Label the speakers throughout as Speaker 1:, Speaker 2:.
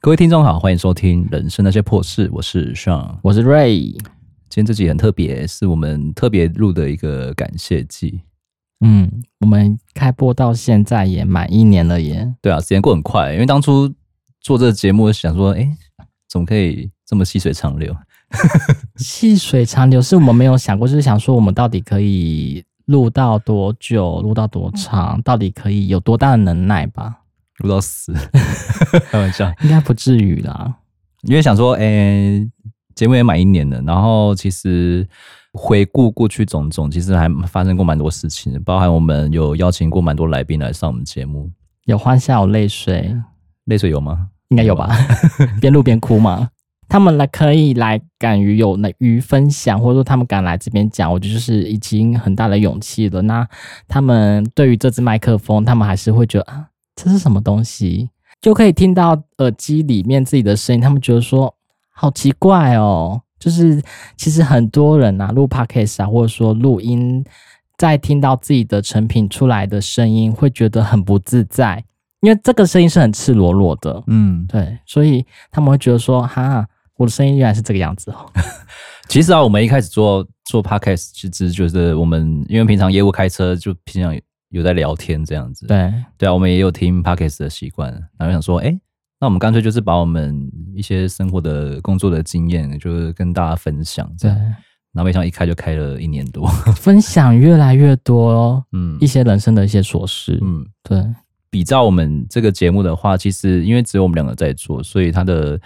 Speaker 1: 各位听众好，欢迎收听《人生那些破事》，我是 Sean。
Speaker 2: 我是 Ray。
Speaker 1: 今天这集很特别，是我们特别录的一个感谢季。
Speaker 2: 嗯，我们开播到现在也满一年了耶。
Speaker 1: 对啊，时间过很快，因为当初做这个节目想说，哎，怎么可以这么细水长流？
Speaker 2: 细水长流是我们没有想过，就是想说我们到底可以录到多久，录到多长，到底可以有多大的能耐吧？
Speaker 1: 录到 死，开玩笑。
Speaker 2: 应该不至于啦。
Speaker 1: 因为想说，哎、节目也满一年了，然后其实回顾过去种种，其实还发生过蛮多事情的，包含我们有邀请过蛮多来宾来上我们节目。
Speaker 2: 有欢笑，有泪水，
Speaker 1: 泪水有吗？
Speaker 2: 应该有吧？ 边录边哭嘛。他们来可以来敢于有能于分享，或者说他们敢来这边讲，我觉得就是已经很大的勇气了。那他们对于这支麦克风，他们还是会觉得啊，这是什么东西？就可以听到耳机里面自己的声音，他们觉得说好奇怪哦。就是其实很多人啊，录 podcast 啊，或者说录音，在听到自己的成品出来的声音，会觉得很不自在，因为这个声音是很赤裸裸的。
Speaker 1: 嗯，
Speaker 2: 对，所以他们会觉得说，哈，我的声音原来是这个样子哦。
Speaker 1: 其实啊，我们一开始做做 podcast，其实就是我们因为平常业务开车，就平常有在聊天这样子。
Speaker 2: 对，
Speaker 1: 对啊，我们也有听 podcast 的习惯，然后想说，哎、那我们干脆就是把我们一些生活的、工作的经验，就是跟大家分享这
Speaker 2: 对
Speaker 1: 样。，然后没想到一开就开了一年多，
Speaker 2: 分享越来越多哦，
Speaker 1: 嗯
Speaker 2: 一些人生的一些琐事。
Speaker 1: 嗯。
Speaker 2: 对，
Speaker 1: 比照我们这个节目的话，其实因为只有我们两个在做，所以它的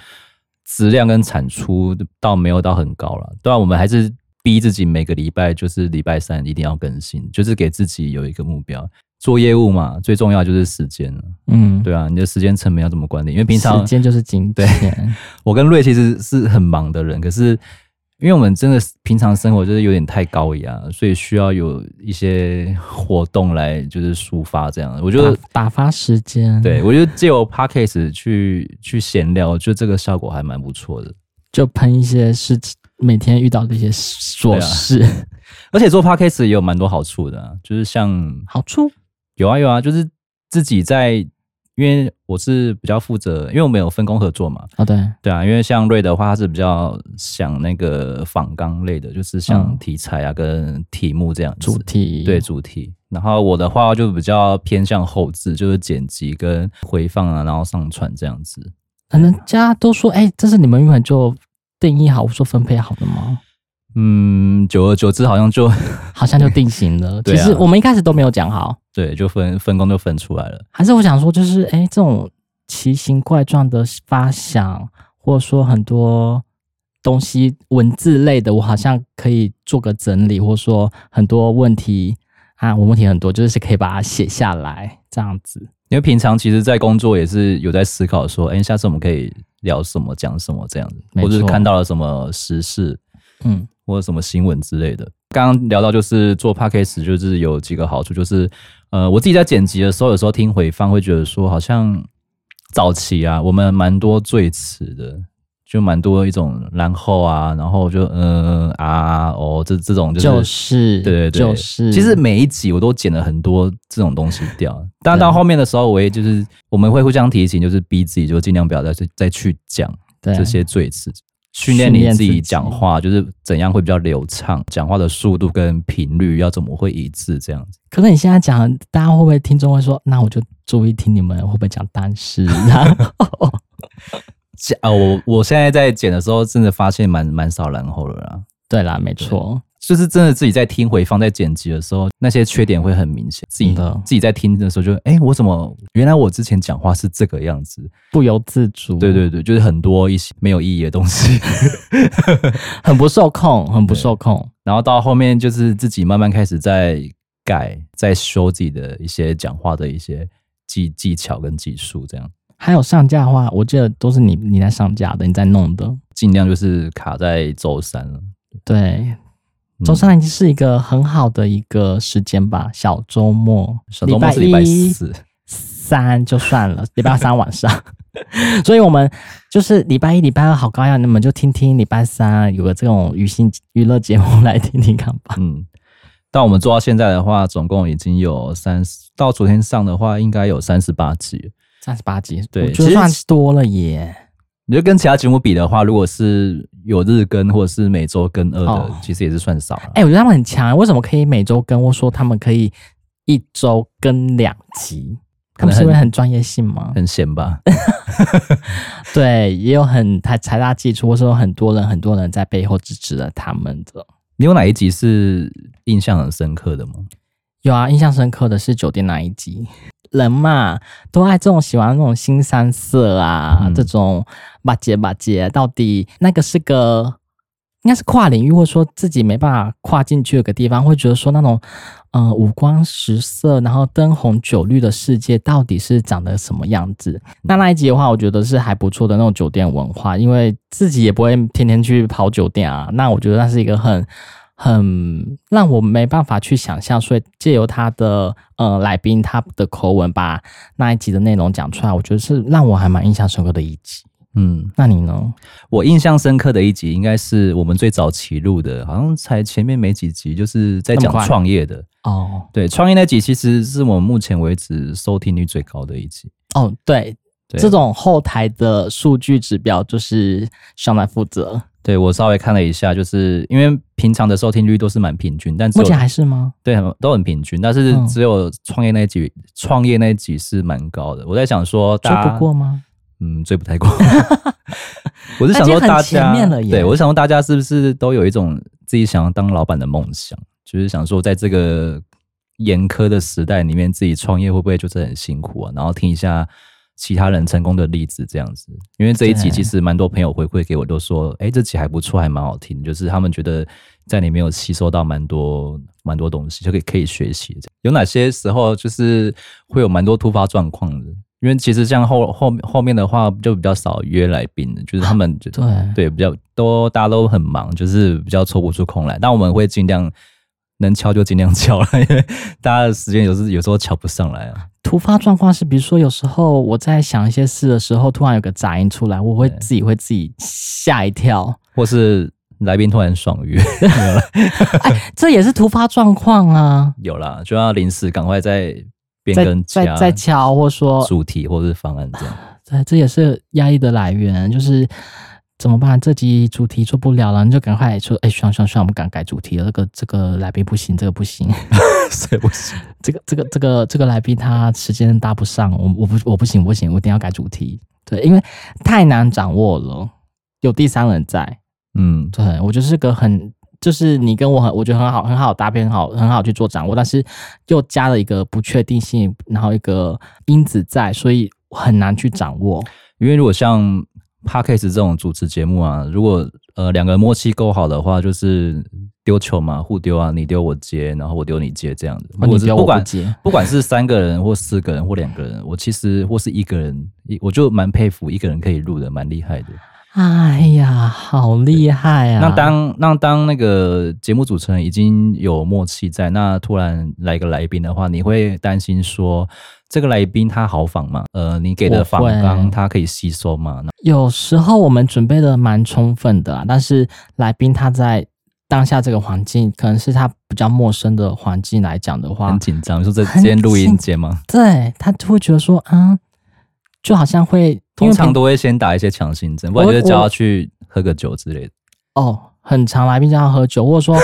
Speaker 1: 质量跟产出倒没有到很高了。当然，我们还是逼自己每个礼拜就是礼拜三一定要更新，就是给自己有一个目标。做业务嘛，最重要就是时间了。
Speaker 2: 嗯，
Speaker 1: 对啊，你的时间成本要怎么管理？因为平常
Speaker 2: 时间就是金钱。
Speaker 1: 我跟瑞其实是很忙的人，可是因为我们真的平常生活就是有点太高压，所以需要有一些活动来就是抒发这样。我觉得
Speaker 2: 打打发时间，，
Speaker 1: 对，我觉得借由 podcast 去去闲聊，我觉得这个效果还蛮不错的。
Speaker 2: 就喷一些事情，每天遇到的一些
Speaker 1: 啊
Speaker 2: 琐事，
Speaker 1: 而且做 podcast 也有蛮多好处的、啊，就是像
Speaker 2: 好处。
Speaker 1: 有啊有啊，就是自己在，因为我是比较负责，因为我们有分工合作嘛，
Speaker 2: 哦，对，
Speaker 1: 对啊，因为像瑞的话，他是比较想那个仿纲类的，就是像
Speaker 2: 嗯
Speaker 1: 题材啊跟题目这样子，
Speaker 2: 主题，
Speaker 1: 对，主题。然后我的话就比较偏向后置，就是剪辑跟回放啊，然后上传这样子。
Speaker 2: 可能大家都说，哎，这是你们原本就定义好，我说分配好的吗？
Speaker 1: 嗯，久而久之好像就
Speaker 2: 好像就定型了。
Speaker 1: 对
Speaker 2: 其
Speaker 1: 啊
Speaker 2: 实我们一开始都没有讲好。
Speaker 1: 对，就分分工就分出来了。
Speaker 2: 还是我想说，就是哎，诶这种奇形怪状的发想，或者说很多东西文字类的，我好像可以做个整理，或者说很多问题啊，我问题很多，就是可以把它写下来，这样子。
Speaker 1: 因为平常其实，在工作也是有在思考说，哎、下次我们可以聊什么、讲什么这样子，
Speaker 2: 没
Speaker 1: 或者是
Speaker 2: 错
Speaker 1: 看到了什么时事
Speaker 2: 嗯，
Speaker 1: 或者什么新闻之类的。刚刚聊到就是做 podcast，就是有几个好处，就是呃，我自己在剪辑的时候，有时候听回放会觉得说，好像早期啊，我们蛮多最词的，就蛮多一种然后啊，然后就嗯、呃、啊哦这这种就是
Speaker 2: 就是，
Speaker 1: 对对对，
Speaker 2: 就是。
Speaker 1: 其实每一集我都剪了很多这种东西掉， 但到后面的时候，我也就是我们会互相提醒，就是逼自己就尽量不要再去再去讲
Speaker 2: 对
Speaker 1: 这些罪词，训练
Speaker 2: 训
Speaker 1: 你
Speaker 2: 练
Speaker 1: 自
Speaker 2: 自
Speaker 1: 己
Speaker 2: 己
Speaker 1: 讲话，就是怎样会比较流畅，讲话的速度跟频率要怎么会一致这样子。
Speaker 2: 可是你现在讲，大家会不会听众会说，那我就注意听你们会不会讲单 事？然后
Speaker 1: 讲啊，我我现在在剪的时候，真的发现蛮蛮少然后了啦。
Speaker 2: 对啦，没错，
Speaker 1: 就是真的自己在听回放、在剪辑的时候，那些缺点会很明显。自己
Speaker 2: 真的
Speaker 1: 自己在听的时候就，哎、我怎么原来我之前讲话是这个样子，
Speaker 2: 不由自主，
Speaker 1: 对，对对，就是很多一些没有意义的东西，
Speaker 2: 很不受控，很不受控。
Speaker 1: 然后到后面就是自己慢慢开始在改、在修自己的一些讲话的一些技技巧跟技术，这样
Speaker 2: 还有上架的话，我记得都是你你在上架的，你在弄的。
Speaker 1: 尽量就是卡在周三了。
Speaker 2: 对，
Speaker 1: 嗯
Speaker 2: 周三已经是一个很好的一个时间吧，小周末，
Speaker 1: 小周末是礼拜
Speaker 2: 一、
Speaker 1: 四，
Speaker 2: 三就算了， 礼拜三晚上。所以我们就是礼拜一、礼拜二好高压，你们就听听礼拜三有个这种娱性娱乐节目来听听看吧。
Speaker 1: 嗯。但我们做到现在的话，总共已经有三十，到昨天上的话应该有三十八集了。
Speaker 2: 三十八集，
Speaker 1: 对
Speaker 2: 我觉
Speaker 1: 其
Speaker 2: 得
Speaker 1: 实
Speaker 2: 算多了耶。
Speaker 1: 你就跟其他节目比的话，如果是有日更或者是每周更二的，
Speaker 2: 哦
Speaker 1: 其实也是算少了。
Speaker 2: 哎、我觉得他们很强、为什么可以每周跟我说他们可以一周跟两集？他们是因为很专业性吗？
Speaker 1: 很闲吧？
Speaker 2: 对，也有很财财大气粗，或是有很多人很多人在背后支持了他们的。
Speaker 1: 你有哪一集是印象很深刻的吗？
Speaker 2: 有啊，印象深刻的是酒店那一集。人嘛，都爱这种喜欢那种新三色啊，
Speaker 1: 嗯
Speaker 2: 这种吧唧吧唧，到底那个是个应该是跨领域，或者说自己没办法跨进去有个地方，会觉得说那种嗯、呃五光十色，然后灯红酒绿的世界到底是长得什么样子？那那一集的话，我觉得是还不错的那种酒店文化，因为自己也不会天天去跑酒店啊。那我觉得那是一个很很让我没办法去想象，所以借由他的呃来宾他的口吻把那一集的内容讲出来，我觉得是让我还蛮印象深刻的一集。
Speaker 1: 嗯，
Speaker 2: 那你呢？
Speaker 1: 我印象深刻的一集应该是我们最早期录的，好像才前面没几集，就是在
Speaker 2: 那
Speaker 1: 讲
Speaker 2: 么快
Speaker 1: 创业的。
Speaker 2: 哦
Speaker 1: 对，创业那集其实是我们目前为止收听率最高的一集。
Speaker 2: 哦，对，
Speaker 1: 对
Speaker 2: 这种后台的数据指标就是上来负责，
Speaker 1: 对我稍微看了一下，就是因为平常的收听率都是蛮平均，但只
Speaker 2: 目
Speaker 1: 有
Speaker 2: 前还是吗？
Speaker 1: 对很都很平均，但是
Speaker 2: 嗯
Speaker 1: 只有创业那一集，创、业那一集是蛮高的。我在想说，
Speaker 2: 追
Speaker 1: 大家
Speaker 2: 不过吗？
Speaker 1: 嗯，追不太 过。我是想说
Speaker 2: 那已经很
Speaker 1: 大
Speaker 2: 前
Speaker 1: 家
Speaker 2: 面了耶
Speaker 1: 对我是想说大家是不是都有一种自己想要当老板的梦想，就是想说在这个严苛的时代里面，自己创业会不会就是很辛苦啊？然后听一下其他人成功的例子，这样子。因为这一集
Speaker 2: 对
Speaker 1: 其实蛮多朋友回馈给我，都说，哎、这集还不错，还蛮好听，就是他们觉得在里面有吸收到蛮多蛮多东西，就可以可以学习。有哪些时候就是会有蛮多突发状况的？因为其实像后后后面的话就比较少约来宾了，就是他们就
Speaker 2: 对
Speaker 1: 对比较都大家都很忙，就是比较抽不出空来。但我们会尽量能敲就尽量敲了， 因为大家的时间有时有时候敲不上来啊。
Speaker 2: 突发状况是，比如说有时候我在想一些事的时候，突然有个杂音出来，我会
Speaker 1: 对
Speaker 2: 自己会自己吓一跳，
Speaker 1: 或是来宾突然爽约，
Speaker 2: 这也是突发状况啊。
Speaker 1: 有啦，就要临时赶快再变
Speaker 2: 在
Speaker 1: 更其
Speaker 2: 在
Speaker 1: 他
Speaker 2: 在敲，或者说，
Speaker 1: 主题或是方案这 样。
Speaker 2: 对，这也是压力的来源，就是怎么办？这集主题做不了了，你就赶快说，哎，算了算了算了，我们赶快改主题了。这个这个来宾不行，这个不行，
Speaker 1: 所以不行，
Speaker 2: 这个这个这个这个来宾他时间搭不上，我我不我不行我不行，我一定要改主题。对，因为太难掌握了，有第三人在，
Speaker 1: 嗯，
Speaker 2: 对我就是个很，就是你跟我很，我觉得很好，很好搭配，很好，很好去做掌握，但是又加了一个不确定性，然后一个因子在，所以很难去掌握。
Speaker 1: 因为如果像 podcast 这种主持节目啊，如果呃两个人默契够好的话，就是丢球嘛，互丢啊，你丢我接，然后我丢你接这样子。
Speaker 2: 啊
Speaker 1: 如果
Speaker 2: 你
Speaker 1: 是
Speaker 2: 不要我
Speaker 1: 不管
Speaker 2: 不接，
Speaker 1: 不管是三个人或四个人或两个人，我其实或是一个人，一我就蛮佩服一个人可以录的，蛮厉害的。
Speaker 2: 哎呀，好厉害啊！
Speaker 1: 那当那当那个节目主持人已经有默契在，那突然来个来宾的话，你会担心说这个来宾他好访吗？呃，你给
Speaker 2: 我
Speaker 1: 的访
Speaker 2: 会
Speaker 1: 纲他可以吸收吗？
Speaker 2: 有时候我们准备的蛮充分的啊，但是来宾他在当下这个环境，可能是他比较陌生的环境来讲的话
Speaker 1: 很，紧张，就这
Speaker 2: 很
Speaker 1: 今天录音
Speaker 2: 紧
Speaker 1: 间 吗？
Speaker 2: 对他就会觉得说，啊，就好像会因
Speaker 1: 通
Speaker 2: 为
Speaker 1: 常都会先打一些强心针，不然
Speaker 2: 我
Speaker 1: 就是叫
Speaker 2: 我
Speaker 1: 他去喝个酒之类的。
Speaker 2: 哦，很常来宾叫他喝酒，或者 说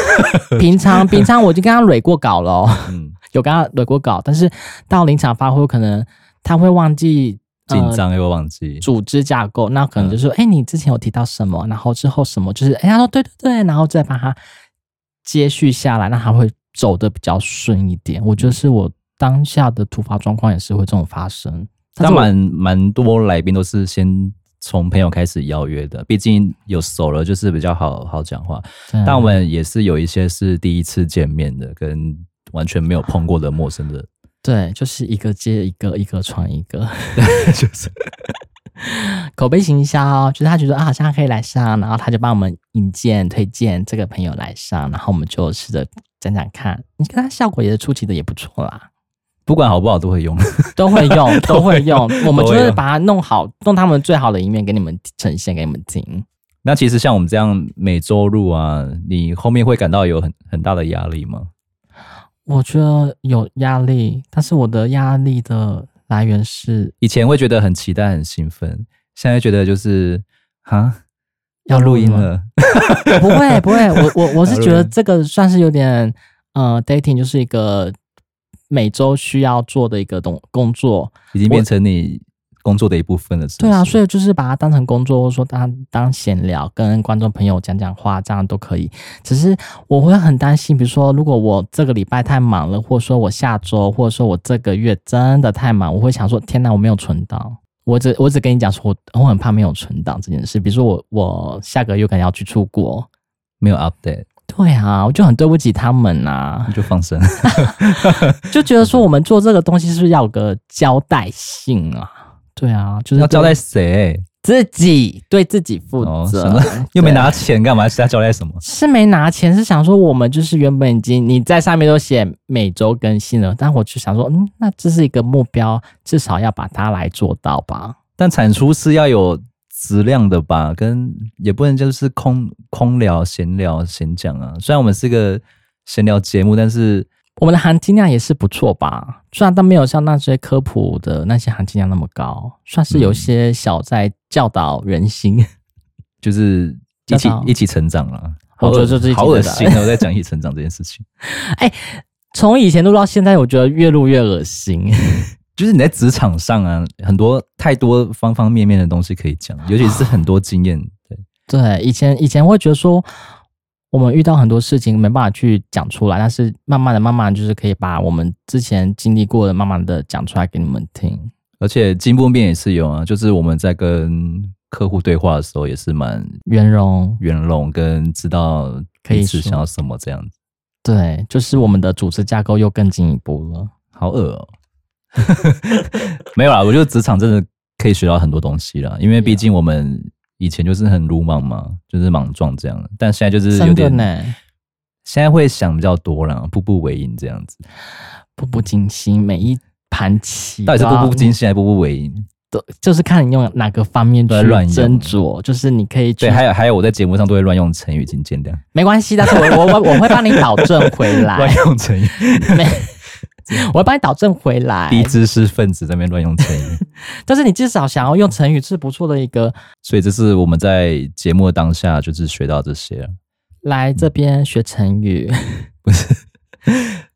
Speaker 2: 平常平常我就跟他蕊过稿了哦、
Speaker 1: 嗯，
Speaker 2: 有跟他蕊过稿，但是到临场发挥，可能他会忘记 呃
Speaker 1: 紧张又忘记。
Speaker 2: 组织架构，那可能就是哎、诶你之前有提到什么，然后之后什么，就是哎、他说对对对，然后再把它接续下来，那他会走的比较顺一点。我觉得是我当下的突发状况也是会这种发生，
Speaker 1: 但
Speaker 2: 但是我
Speaker 1: 蛮蛮多来宾都是先从朋友开始邀约的，毕竟有熟了就是比较好好讲话。
Speaker 2: 对
Speaker 1: 但我们也是有一些是第一次见面的，跟完全没有碰过的陌生 的，
Speaker 2: 对，就是一个接一个，一个传一个。
Speaker 1: 就是
Speaker 2: 口碑行销，就是他觉得啊，好像可以来上，然后他就帮我们引荐、推荐这个朋友来上，然后我们就试着讲讲看。你看他效果也是出奇的，也不错啦，
Speaker 1: 不管好不好都会用。
Speaker 2: 都会用， 都会用。我们
Speaker 1: 都
Speaker 2: 就
Speaker 1: 会
Speaker 2: 是
Speaker 1: 用
Speaker 2: 把它弄好，弄他们最好的一面给你们呈现，给你们听。
Speaker 1: 那其实像我们这样每周录啊，你后面会感到有很很大的压力吗？
Speaker 2: 我觉得有压力，但是我的压力的来源是
Speaker 1: 以前会觉得很期待、很兴奋，现在觉得就是啊，
Speaker 2: 要
Speaker 1: 要
Speaker 2: 录
Speaker 1: 录音
Speaker 2: 了吗
Speaker 1: 了，
Speaker 2: 不会不会，我我我是
Speaker 1: 好
Speaker 2: 觉得
Speaker 1: 了
Speaker 2: 这个算是有点呃，dating 就是一个每周需要做的一个东工作。
Speaker 1: 已经变成你工作的一部分了。是不
Speaker 2: 对啊，
Speaker 1: 是
Speaker 2: 所以就是把它当成工作，或者说当当闲聊，跟观众朋友讲讲话，这样都可以。只是我会很担心，比如说如果我这个礼拜太忙了，或者说我下周，或者说我这个月真的太忙，我会想说天哪，我没有存档。我只我只跟你讲说，我我很怕没有存档这件事。比如说我我下个月可能要去出国，
Speaker 1: 没有 update，
Speaker 2: 对啊，我就很对不起他们呐、
Speaker 1: 你就放生。
Speaker 2: 就觉得说我们做这个东西是不是要有个交代性啊？对啊，就是
Speaker 1: 要
Speaker 2: 对
Speaker 1: 交代谁？
Speaker 2: 自己，对自己负
Speaker 1: 哦
Speaker 2: 责，
Speaker 1: 想又没
Speaker 2: 对
Speaker 1: 拿钱，干嘛是要交代什么？
Speaker 2: 是没拿钱，是想说我们就是原本已经你在上面都写每周更新了，但我就想说，嗯，那这是一个目标，至少要把它来做到吧。
Speaker 1: 但产出是要有质量的吧，跟也不能就是空空聊、闲聊、闲讲啊。虽然我们是个闲聊节目，但是
Speaker 2: 我们的含金量也是不错吧，虽然但没有像那些科普的那些含金量那么高，算是有些小在教导人心。
Speaker 1: 就是一
Speaker 2: 交
Speaker 1: 起
Speaker 2: 到
Speaker 1: 一起成长了。
Speaker 2: 我觉
Speaker 1: 好恶
Speaker 2: 得这是一起
Speaker 1: 好恶
Speaker 2: 成长
Speaker 1: 心哦， 在讲一起成长这件事情，
Speaker 2: 从以前录到现在，我觉得越录越恶心。
Speaker 1: 就是你在职场上啊，很多太多方方面面的东西可以 讲，尤其是很多经验。对，
Speaker 2: 对，以前以前会觉得说，我们遇到很多事情没办法去讲出来，但是慢慢的、慢慢地就是可以把我们之前经历过的，慢慢的讲出来给你们听。
Speaker 1: 而且进步面也是有啊，就是我们在跟客户对话的时候也是蛮
Speaker 2: 圆融，
Speaker 1: 圆融，跟知道
Speaker 2: 可以
Speaker 1: 彼此
Speaker 2: 说
Speaker 1: 想要什么这样子。
Speaker 2: 对，就是我们的组织架构又更进一步了。
Speaker 1: 好恶哦、 没有啦，我觉得职场真的可以学到很多东西啦，因为
Speaker 2: 啊
Speaker 1: 毕竟我们以前就是很鲁莽嘛，就是莽撞这样，但现在就是有
Speaker 2: 真的
Speaker 1: 点，
Speaker 2: 呢，
Speaker 1: 现在会想比较多啦，步步为营这样子。
Speaker 2: 步步惊心，每一盘棋
Speaker 1: 到底是步步惊
Speaker 2: 心，
Speaker 1: 心还是步步为营？
Speaker 2: 都就是看你用哪个方面去
Speaker 1: 都在乱用
Speaker 2: 斟酌，就是你可以去
Speaker 1: 对，还有还有，我在节目上都会乱用成语，请见谅。
Speaker 2: 没关系，但是我我我我会帮你导正回 来
Speaker 1: 乱，用成语，
Speaker 2: 没我会帮你导正回来。
Speaker 1: 低知识分子在那边乱用成 语，
Speaker 2: 但是你至少想要用成语是不错的一个，
Speaker 1: 所以这是我们在节目的当下就是学到这些了。
Speaker 2: 来这边学成语，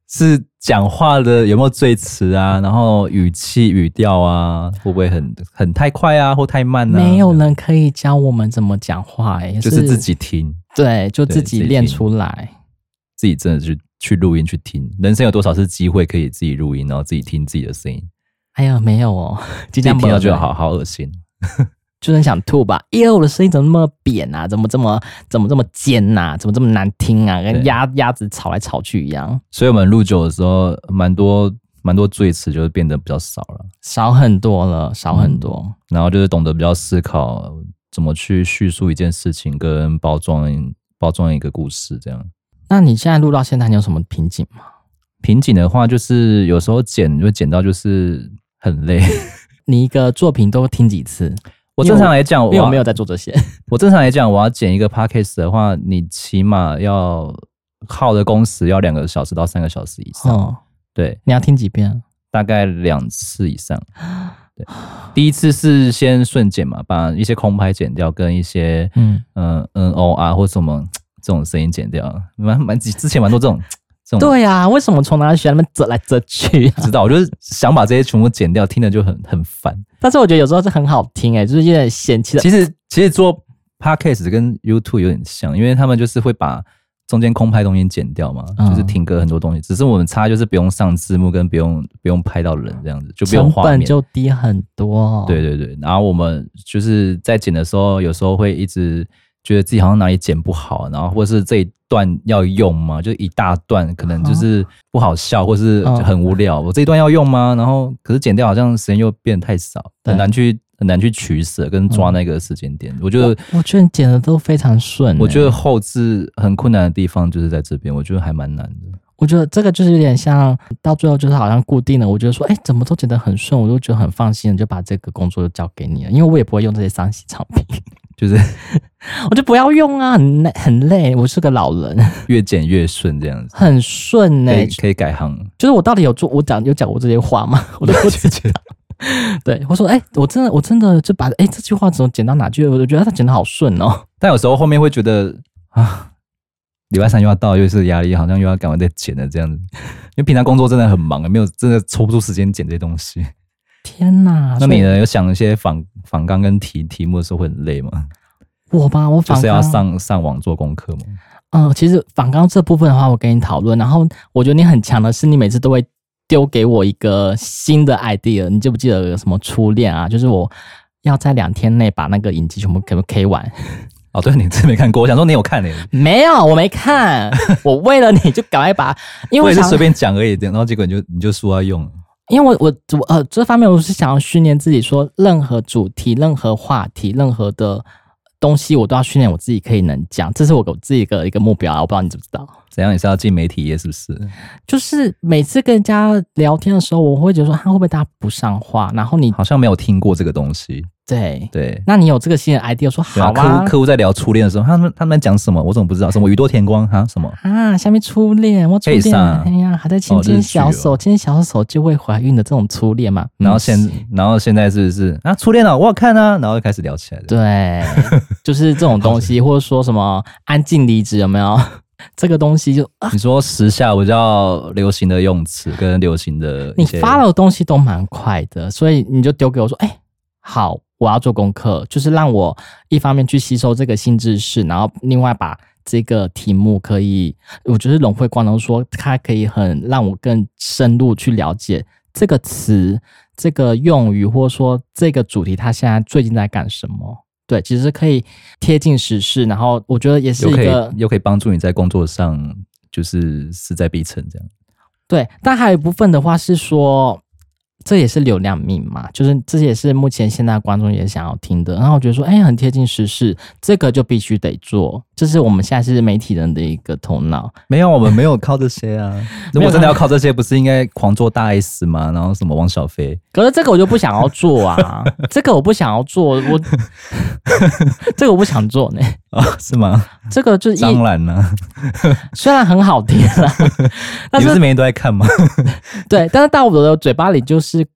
Speaker 1: 是讲话的有没有赘词啊，然后语气、语调啊，会不会很很太快啊，或太慢呢、啊？
Speaker 2: 没有，人可以教我们怎么讲话、欸，
Speaker 1: 就是自己听，
Speaker 2: 对，就
Speaker 1: 对
Speaker 2: 自己
Speaker 1: 自己
Speaker 2: 练
Speaker 1: 听
Speaker 2: 出来。
Speaker 1: 自己真的去去录音去听。人生有多少次机会可以自己录音，然后自己听自己的声音？
Speaker 2: 哎呀，没有哦，
Speaker 1: 自
Speaker 2: 今
Speaker 1: 己
Speaker 2: 天
Speaker 1: 听到觉得好，好恶心。
Speaker 2: 就很想吐吧。哎呦，我的声音怎么那么扁啊？怎么这么怎么这么尖呐、怎么这么难听啊？跟
Speaker 1: 对
Speaker 2: 鸭鸭子吵来吵去一样，
Speaker 1: 所以我们录久的时候，蛮多蛮多赘词就是变得比较少了，
Speaker 2: 少很多了，少很多。
Speaker 1: 然后就是懂得比较思考怎么去叙述一件事情，跟包装包装一个故事这样。
Speaker 2: 那你现在录到现在，你有什么瓶颈吗？
Speaker 1: 瓶颈的话，就是有时候剪就剪到就是很 累。
Speaker 2: 你一个作品都听几次？
Speaker 1: 我啊正常来讲，
Speaker 2: 因为我
Speaker 1: 要
Speaker 2: 没有在做 这些。
Speaker 1: 我正常来讲，我要剪一个 podcast 的话，你起码要耗的工时要两个小时到三个小时以上，
Speaker 2: 哦，
Speaker 1: 对，
Speaker 2: 你要听几遍啊？
Speaker 1: 大概两次以 上。对，第一次是先顺剪嘛，把一些空拍剪掉，跟一些
Speaker 2: 嗯，
Speaker 1: 嗯嗯哦啊或什么这种声音剪掉，蛮蛮之前蛮多这种这种
Speaker 2: 对呀、为什么从哪里学那么折来折去、啊？
Speaker 1: 知道，我就是想把这些全部剪掉，听着就很很烦。
Speaker 2: 但是我觉得有时候是很好听哎、就是有点嫌弃的。
Speaker 1: 其实其实做 podcast 跟 YouTube 有点像，因为他们就是会把中间空拍东西剪掉嘛，
Speaker 2: 嗯
Speaker 1: 就是停格很多东西。只是我们差就是不用上字幕，跟不用不用拍到人这样子，就不用
Speaker 2: 成
Speaker 1: 画
Speaker 2: 本
Speaker 1: 面。
Speaker 2: 就低很多。
Speaker 1: 对，对对，然后我们就是在剪的时候，有时候会一直觉得自己好像哪里剪不好，然后或是这一段要用吗？就一大段可能就是
Speaker 2: 啊
Speaker 1: 不好笑，或是
Speaker 2: 嗯
Speaker 1: 很无聊。我这一段要用吗？然后可是剪掉好像时间又变太少，
Speaker 2: 对嗯
Speaker 1: 很难去很难去取舍跟抓那个时间点。我觉得
Speaker 2: 我觉得你剪的都非常顺、欸
Speaker 1: 我觉得，后置很困难的地方就是在这边，我觉得还蛮难的。
Speaker 2: 我觉得这个就是有点像到最后就是好像固定了。我觉得说，哎、怎么都剪得很顺，我都觉得很放心了，就把这个工作就交给你了，因为我也不会用这些伤心产品，
Speaker 1: 就是
Speaker 2: 我就不要用啊，很累很累。我是个老人，
Speaker 1: 越剪越顺这样子，
Speaker 2: 很顺
Speaker 1: 可
Speaker 2: 哎、
Speaker 1: 以可以改行。
Speaker 2: 就是我到底有做我讲有讲过这些话吗？我都不知道。对，我说哎、我真的我真的就把哎、这句话怎么剪到哪句，我就觉得他剪的好顺哦。
Speaker 1: 但有时候后面会觉得啊，礼拜三又要到，又是压力，好像又要赶快再剪了这样子。 因为平常工作真的很忙，没有真的抽不出时间剪这些东西。
Speaker 2: 天哪！
Speaker 1: 那
Speaker 2: 啊所以
Speaker 1: 你呢？有想一些访访纲跟题题目的时候会很累吗？
Speaker 2: 我吧，我
Speaker 1: 就
Speaker 2: 反
Speaker 1: 是要
Speaker 2: 刚
Speaker 1: 上上网做功课吗？
Speaker 2: 嗯，其实反刚这部分的话，我跟你讨论。然后我觉得你很强的是，你每次都会丢给我一个新的 idea。你记不记得有什么初恋啊？就是我要在两天内把那个影集全部给 K 完。
Speaker 1: 哦，对，你真没看过，我想说你有看呢、
Speaker 2: 没有，我没 看。我为了你就赶快把，因
Speaker 1: 我
Speaker 2: 为
Speaker 1: 也
Speaker 2: 我
Speaker 1: 是
Speaker 2: 想
Speaker 1: 随，便讲而已，然后结果你就你就说要用，
Speaker 2: 因为我我我呃这方面我是想要训练自己，说任何主题、任何话题、任何的东西，我都要训练我自己可以能讲。这是我给我自己的一个目标啊，我不知道你知不知道。
Speaker 1: 怎样也是要进媒体业，是不是？
Speaker 2: 就是每次跟人家聊天的时候，我会觉得说他会不会搭不上话，然后你
Speaker 1: 好像没有听过这个东西，
Speaker 2: 对，
Speaker 1: 对。
Speaker 2: 那你有这个新的 idea 说
Speaker 1: 对
Speaker 2: 好
Speaker 1: 客户
Speaker 2: 啊
Speaker 1: 客户在聊初恋的时候，他们他们在讲什么？我怎么不知道？什么宇多田光哈？什么？
Speaker 2: 啊，下面初恋，我
Speaker 1: 可
Speaker 2: 初
Speaker 1: 以
Speaker 2: 恋，
Speaker 1: 上
Speaker 2: 哎呀，还在牵
Speaker 1: 哦这是
Speaker 2: 牵小
Speaker 1: 剧哦
Speaker 2: 手，牵小手就会怀孕的这种初恋嘛，
Speaker 1: 然后
Speaker 2: 嗯
Speaker 1: 现、然后现在是不是啊？初恋了，我有看啊，然后就开始聊起来了。
Speaker 2: 对，就是这种东西，或者说什么安静离职有没有？ 这个东西就啊，
Speaker 1: 你说时下比较流行的用词跟流行的一
Speaker 2: 你
Speaker 1: 些，
Speaker 2: 发了东西都蛮快的，所以你就丢给我说，哎、好，我要做功课，就是让我一方面去吸收这个新知识，然后另外把这个题目可以，我觉得融会贯通，说它可以很让我更深入去了解这个词、这个用语，或者说这个主题，它现在最近在干什么。对，其实可以贴近时事，然后我觉得也
Speaker 1: 又
Speaker 2: 是一
Speaker 1: 可
Speaker 2: 个
Speaker 1: 以又可以帮助你在工作上就是势在必成这样。
Speaker 2: 对，但还有一部分的话是说，这也是流量密码，就是这也是目前现在观众也想要听的。然后我觉得说，哎，很贴近时事，这个就必须得做，这是我们现在是媒体人的一个头脑。
Speaker 1: 没有，我们没有靠这些 啊。如
Speaker 2: 没
Speaker 1: 果
Speaker 2: 有
Speaker 1: 真的要靠这些，不是应该狂做大 S 吗？然后什么王小飞，
Speaker 2: 可是这个我就不想要做啊，这个我不想要做，我这个我不想做呢。
Speaker 1: 啊、是 吗？
Speaker 2: 这个就是一
Speaker 1: 张兰呢、
Speaker 2: 虽然很好听啦， 但
Speaker 1: 你不是
Speaker 2: 是
Speaker 1: 每天都在看吗？
Speaker 2: 对，但是到我的嘴巴里就是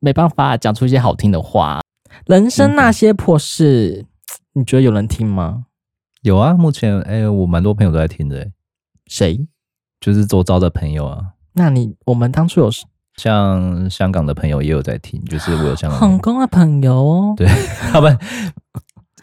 Speaker 2: 没办法讲出一些好听的话。人生那些破事，你觉得有人听吗？
Speaker 1: 有啊，目前哎、我蛮多朋友都在听的、欸
Speaker 2: 谁？
Speaker 1: 就是周遭的朋友啊，
Speaker 2: 那你我们当初有
Speaker 1: 像香港的朋友也有在听，就是我有香港的朋
Speaker 2: 很
Speaker 1: 友，
Speaker 2: 公的朋友哦，
Speaker 1: 对，他们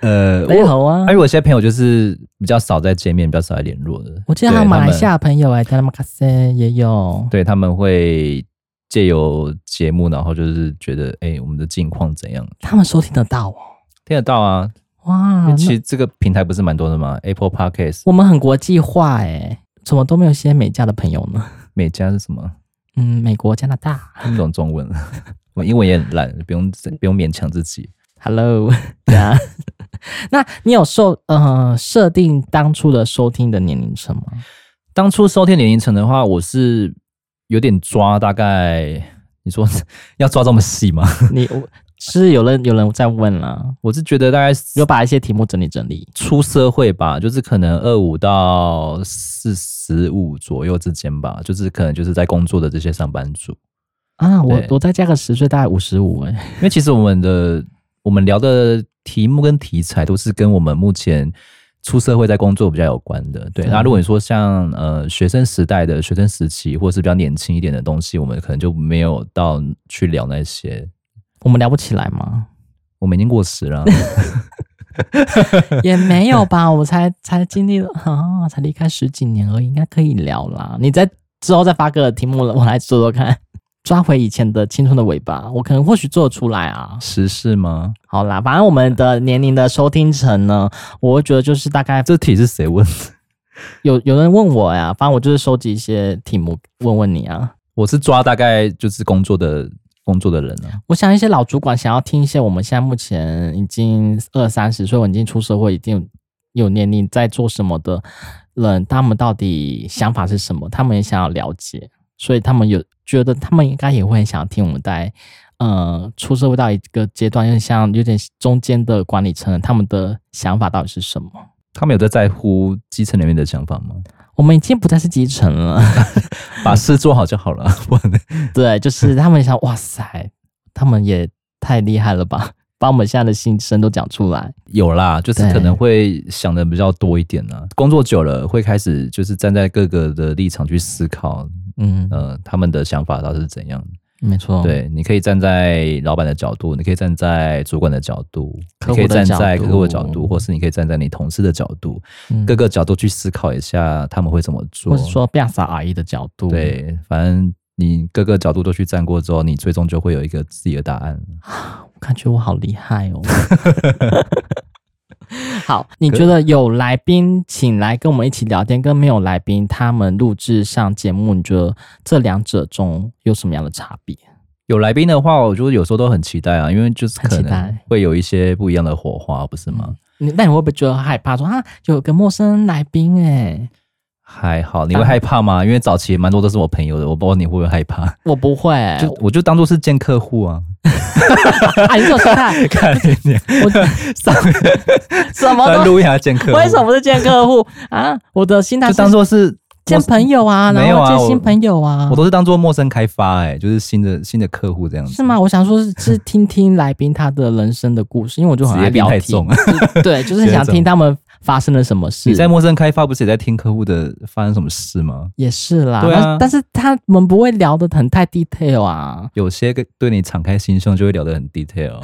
Speaker 1: 呃，
Speaker 2: 没
Speaker 1: 我
Speaker 2: 有啊
Speaker 1: 还。有我有些朋友就是比较少在见面，比较少在联络的。
Speaker 2: 我记得
Speaker 1: 对
Speaker 2: 还有马来
Speaker 1: 们
Speaker 2: 西亚朋友哎，达拉马卡塞也有。
Speaker 1: 对他们会借由节目，然后就是觉得，哎、我们的近况怎样，
Speaker 2: 他们收听得到哦。
Speaker 1: 听得到啊。因
Speaker 2: 哇，
Speaker 1: 为其
Speaker 2: 那
Speaker 1: 实这个平台不是蛮多的吗？Apple Podcast、
Speaker 2: 我们很国际化哎，怎么都没有些美加的朋友呢？
Speaker 1: 美加是什么？
Speaker 2: 嗯，美国、加拿大
Speaker 1: 听不懂中文，我英文也很烂，不用不用勉强自己。
Speaker 2: ，Hello 对啊。那你有受呃设定当初的收听的年龄层吗？
Speaker 1: 当初收听年龄层的话，我是有点抓，大概你说 要抓这么细吗？
Speaker 2: 你我是有人有人在问了，
Speaker 1: 我是觉得大概
Speaker 2: 有把一些题目整理整理。
Speaker 1: 出社会吧，就是可能二五到四十五左右之间吧，就是可能就是在工作的这些上班族，
Speaker 2: 啊，我
Speaker 1: 对
Speaker 2: 我再加个十岁，大概五十五哎。
Speaker 1: 因为其实我们的我们聊的题目跟题材都是跟我们目前出社会在工作比较有关的。对，
Speaker 2: 对
Speaker 1: 那如果你说像呃学生时代的学生时期，或是比较年轻一点的东西，我们可能就没有到去聊那些。
Speaker 2: 我们聊不起来吗？
Speaker 1: 我们已经过时了啊，
Speaker 2: 也没有吧，我才才经历了啊，才离开十几年而已，应该可以聊啦。你在之后再发个题目了，我来做做看， 抓回以前的青春的尾巴，我可能或许做得出来啊。
Speaker 1: 时事吗？
Speaker 2: 好啦，反正我们的年龄的收听层呢，我会觉得就是大概
Speaker 1: 这题是谁问的？
Speaker 2: 有有人问我呀，反正我就是收集一些题目问问你啊。
Speaker 1: 我是抓大概就是工作的工作的人啊。
Speaker 2: 我想一些老主管想要听一些我们现在目前已经二三十岁，我已经出社会，已经有年龄在做什么的人，他们到底想法是什么？他们也想要了解，所以他们有觉得他们应该也会很想要听我们在呃出社会到一个阶段，有点像有点中间的管理层，他们的想法到底是什么？
Speaker 1: 他们有在在乎基层人员的想法吗？
Speaker 2: 我们已经不再是基层了，
Speaker 1: 把事做好就好了。不然
Speaker 2: 对，就是他们想，哇塞，他们也太厉害了吧，把我们现在的心声都讲出来。
Speaker 1: 有啦，就是
Speaker 2: 对
Speaker 1: 可能会想的比较多一点啦。工作久了，会开始就是站在各个的立场去思考，
Speaker 2: 嗯，
Speaker 1: 呃，他们的想法到底是怎样的。
Speaker 2: 没错，，
Speaker 1: 对，你可以站在老板的角度，你可以站在主管的角度，
Speaker 2: 客户
Speaker 1: 你可以
Speaker 2: 的
Speaker 1: 站
Speaker 2: 角
Speaker 1: 在客户的角
Speaker 2: 度
Speaker 1: 度，或是你可以站在你同事的角度，
Speaker 2: 嗯
Speaker 1: 各个角度去思考一下他们会怎么做
Speaker 2: 或。是说变傻阿姨的角度，，
Speaker 1: 对，反正你各个角度都去站过之后，你最终就会有一个自己的答案。
Speaker 2: 我感觉我好厉害 哦。好，你觉得有来宾请来跟我们一起聊天，跟没有来宾他们录制上节目，你觉得这两者中有什么样的差别？
Speaker 1: 有来宾的话，我就是有时候都很期待啊，因为就是
Speaker 2: 很期
Speaker 1: 可能
Speaker 2: 待嗯
Speaker 1: 会有一些不一样的火花，不是吗？
Speaker 2: 你那你会不会觉得害怕说啊，有个陌生来宾哎、
Speaker 1: 还好，你
Speaker 2: 当
Speaker 1: 会害怕吗？因为早期蛮多都是我朋友的，我不知道你会不会害怕。
Speaker 2: 我 不会、欸，
Speaker 1: 就我就当做是见客户 啊，
Speaker 2: 啊，你这种心态，
Speaker 1: 看你
Speaker 2: 我什么
Speaker 1: 在
Speaker 2: 都
Speaker 1: 录音还要见客户，
Speaker 2: 为什么是见客户啊？我的心态
Speaker 1: 就是当做是
Speaker 2: 见朋友啊，
Speaker 1: 没
Speaker 2: 然
Speaker 1: 有啊
Speaker 2: 后见
Speaker 1: 我
Speaker 2: 新朋友啊，
Speaker 1: 我都是当做陌生开发、哎，就是新的新的客户这样子。
Speaker 2: 是吗？我想说是，是听听来宾他的人生的故事，因为我就很
Speaker 1: 职
Speaker 2: 爱
Speaker 1: 业病
Speaker 2: 聊
Speaker 1: 太
Speaker 2: 天
Speaker 1: 重，了。
Speaker 2: 对， 就是很想听他们发生了什么
Speaker 1: 你
Speaker 2: 事。
Speaker 1: 在陌生开发不是也在听客户的发生什么事吗？
Speaker 2: 也是啦，
Speaker 1: 对啊
Speaker 2: 但但是他们不会聊的很太 detail 啊，
Speaker 1: 有些个对你敞开心胸，就会聊得很 detail。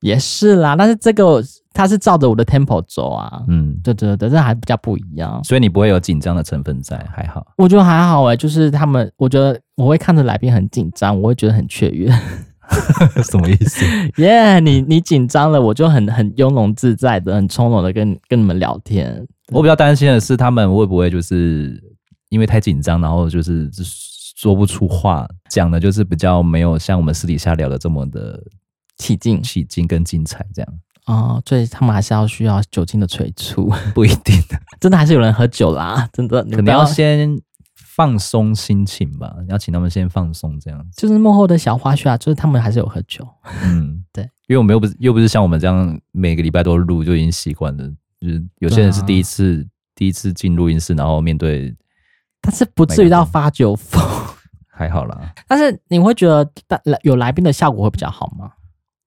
Speaker 2: 也是啦。但是这个他是照着我的 tempo 走啊，
Speaker 1: 嗯，
Speaker 2: 对对对，这还比较不一样。
Speaker 1: 所以你不会有紧张的成分在，还好。
Speaker 2: 我觉得还好哎、就是他们，我觉得我会看着来宾很紧张，我会觉得很雀跃。
Speaker 1: 什么意思？
Speaker 2: 耶、你你紧张了，我就很很雍容自在的、很从容的跟跟你们聊天。
Speaker 1: 我比较担心的是，他们会不会就是因为太紧张，然后就是说不出话，讲的就是比较没有像我们私底下聊的这么的
Speaker 2: 起劲
Speaker 1: 起劲跟精彩，这样
Speaker 2: 哦，所以他们还是要需要酒精的催促，
Speaker 1: 不一定，
Speaker 2: 真的还是有人喝酒啦，真的，你
Speaker 1: 可
Speaker 2: 们不
Speaker 1: 能要
Speaker 2: 要
Speaker 1: 先放松心情吧，要请他们先放松这 样子。
Speaker 2: 就是幕后的小花絮啊，就是他们还是有喝酒，
Speaker 1: 嗯，
Speaker 2: 对，
Speaker 1: 因为我们又不是又不是像我们这样每个礼拜都录，就已经习惯了。就是有些人是
Speaker 2: 对啊
Speaker 1: 第一次、第一次进录音室，然后面对
Speaker 2: 但是不至于到发酒疯。
Speaker 1: 还好啦。
Speaker 2: 但是你会觉得大来有来宾的效果会比较好吗？